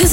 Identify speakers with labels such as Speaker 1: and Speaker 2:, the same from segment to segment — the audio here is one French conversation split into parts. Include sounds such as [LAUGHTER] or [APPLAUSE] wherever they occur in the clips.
Speaker 1: this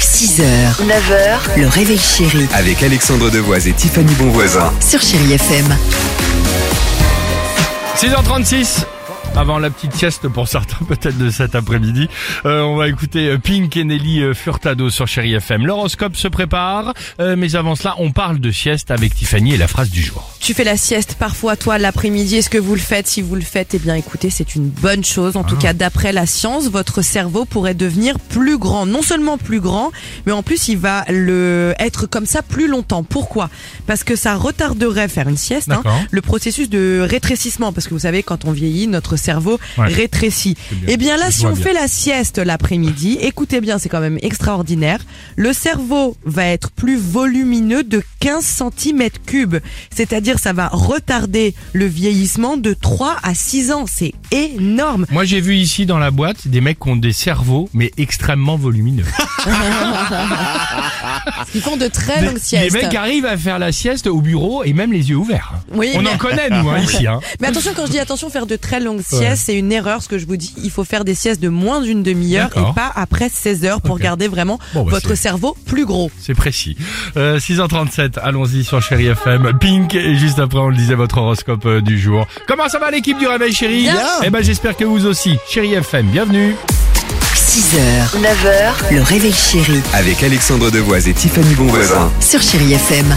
Speaker 2: 6h, 9h, le réveil chéri
Speaker 3: avec Alexandre Devoise et Tiffany Bonvoisin.
Speaker 2: sur Chérie FM.
Speaker 4: 6h36 avant la petite sieste pour certains [LAUGHS] peut-être de cet après-midi, Euh, on va écouter euh, Pink et Nelly euh, Furtado sur Chéri FM. L'horoscope se prépare, euh, mais avant cela, on parle de sieste avec Tiffany et la phrase du jour.
Speaker 5: Tu fais la sieste parfois, toi, l'après-midi. Est-ce que vous le faites Si vous le faites, eh bien, écoutez, c'est une bonne chose. En tout cas, d'après la science, votre cerveau pourrait devenir plus grand. Non seulement plus grand, mais en plus, il va le être comme ça plus longtemps. Pourquoi Parce que ça retarderait faire une sieste. hein,
Speaker 4: D'accord.
Speaker 5: le processus de rétrécissement, parce que vous savez, quand on vieillit, notre cerveau
Speaker 4: Ouais.
Speaker 5: rétrécit.
Speaker 4: bien.
Speaker 5: Eh bien, là,
Speaker 4: Je
Speaker 5: si
Speaker 4: vois
Speaker 5: on
Speaker 4: bien.
Speaker 5: fait la sieste l'après-midi, écoutez bien, c'est quand même extraordinaire. Le cerveau va être plus volumineux de 15 cm cubes. C'est-à-dire, ça va retarder le vieillissement de 3 à 6 ans. C'est énorme.
Speaker 4: Moi, j'ai vu ici dans la boîte des mecs qui ont des cerveaux, mais extrêmement volumineux.
Speaker 5: Ils font de très
Speaker 4: Des- les mecs arrivent à faire la sieste au bureau et même les yeux ouverts.
Speaker 5: Oui,
Speaker 4: on
Speaker 5: mais-
Speaker 4: en connaît, nous,
Speaker 5: [LAUGHS]
Speaker 4: hein, ici. Hein.
Speaker 5: Mais attention, quand je dis attention, faire de très longues siestes,
Speaker 4: Ouais.
Speaker 5: c'est une erreur. Ce que je vous dis, il faut faire des siestes de moins d'une demi-heure
Speaker 4: D'accord.
Speaker 5: et pas après 16 heures pour
Speaker 4: Ok.
Speaker 5: garder vraiment
Speaker 4: Bon, bah,
Speaker 5: votre
Speaker 4: c'est-
Speaker 5: cerveau plus gros.
Speaker 4: C'est précis. Euh, 6h37, allons-y sur Chéri FM. Pink, et juste après, on le disait, votre horoscope euh, du jour. Comment ça va l'équipe du Réveil Chéri Eh ben, j'espère que vous aussi. Chéri FM, bienvenue.
Speaker 2: 6h, 9h, le réveil chéri
Speaker 3: Avec Alexandre Devoise et Tiffany Bonvoisin.
Speaker 2: sur Chérie FM.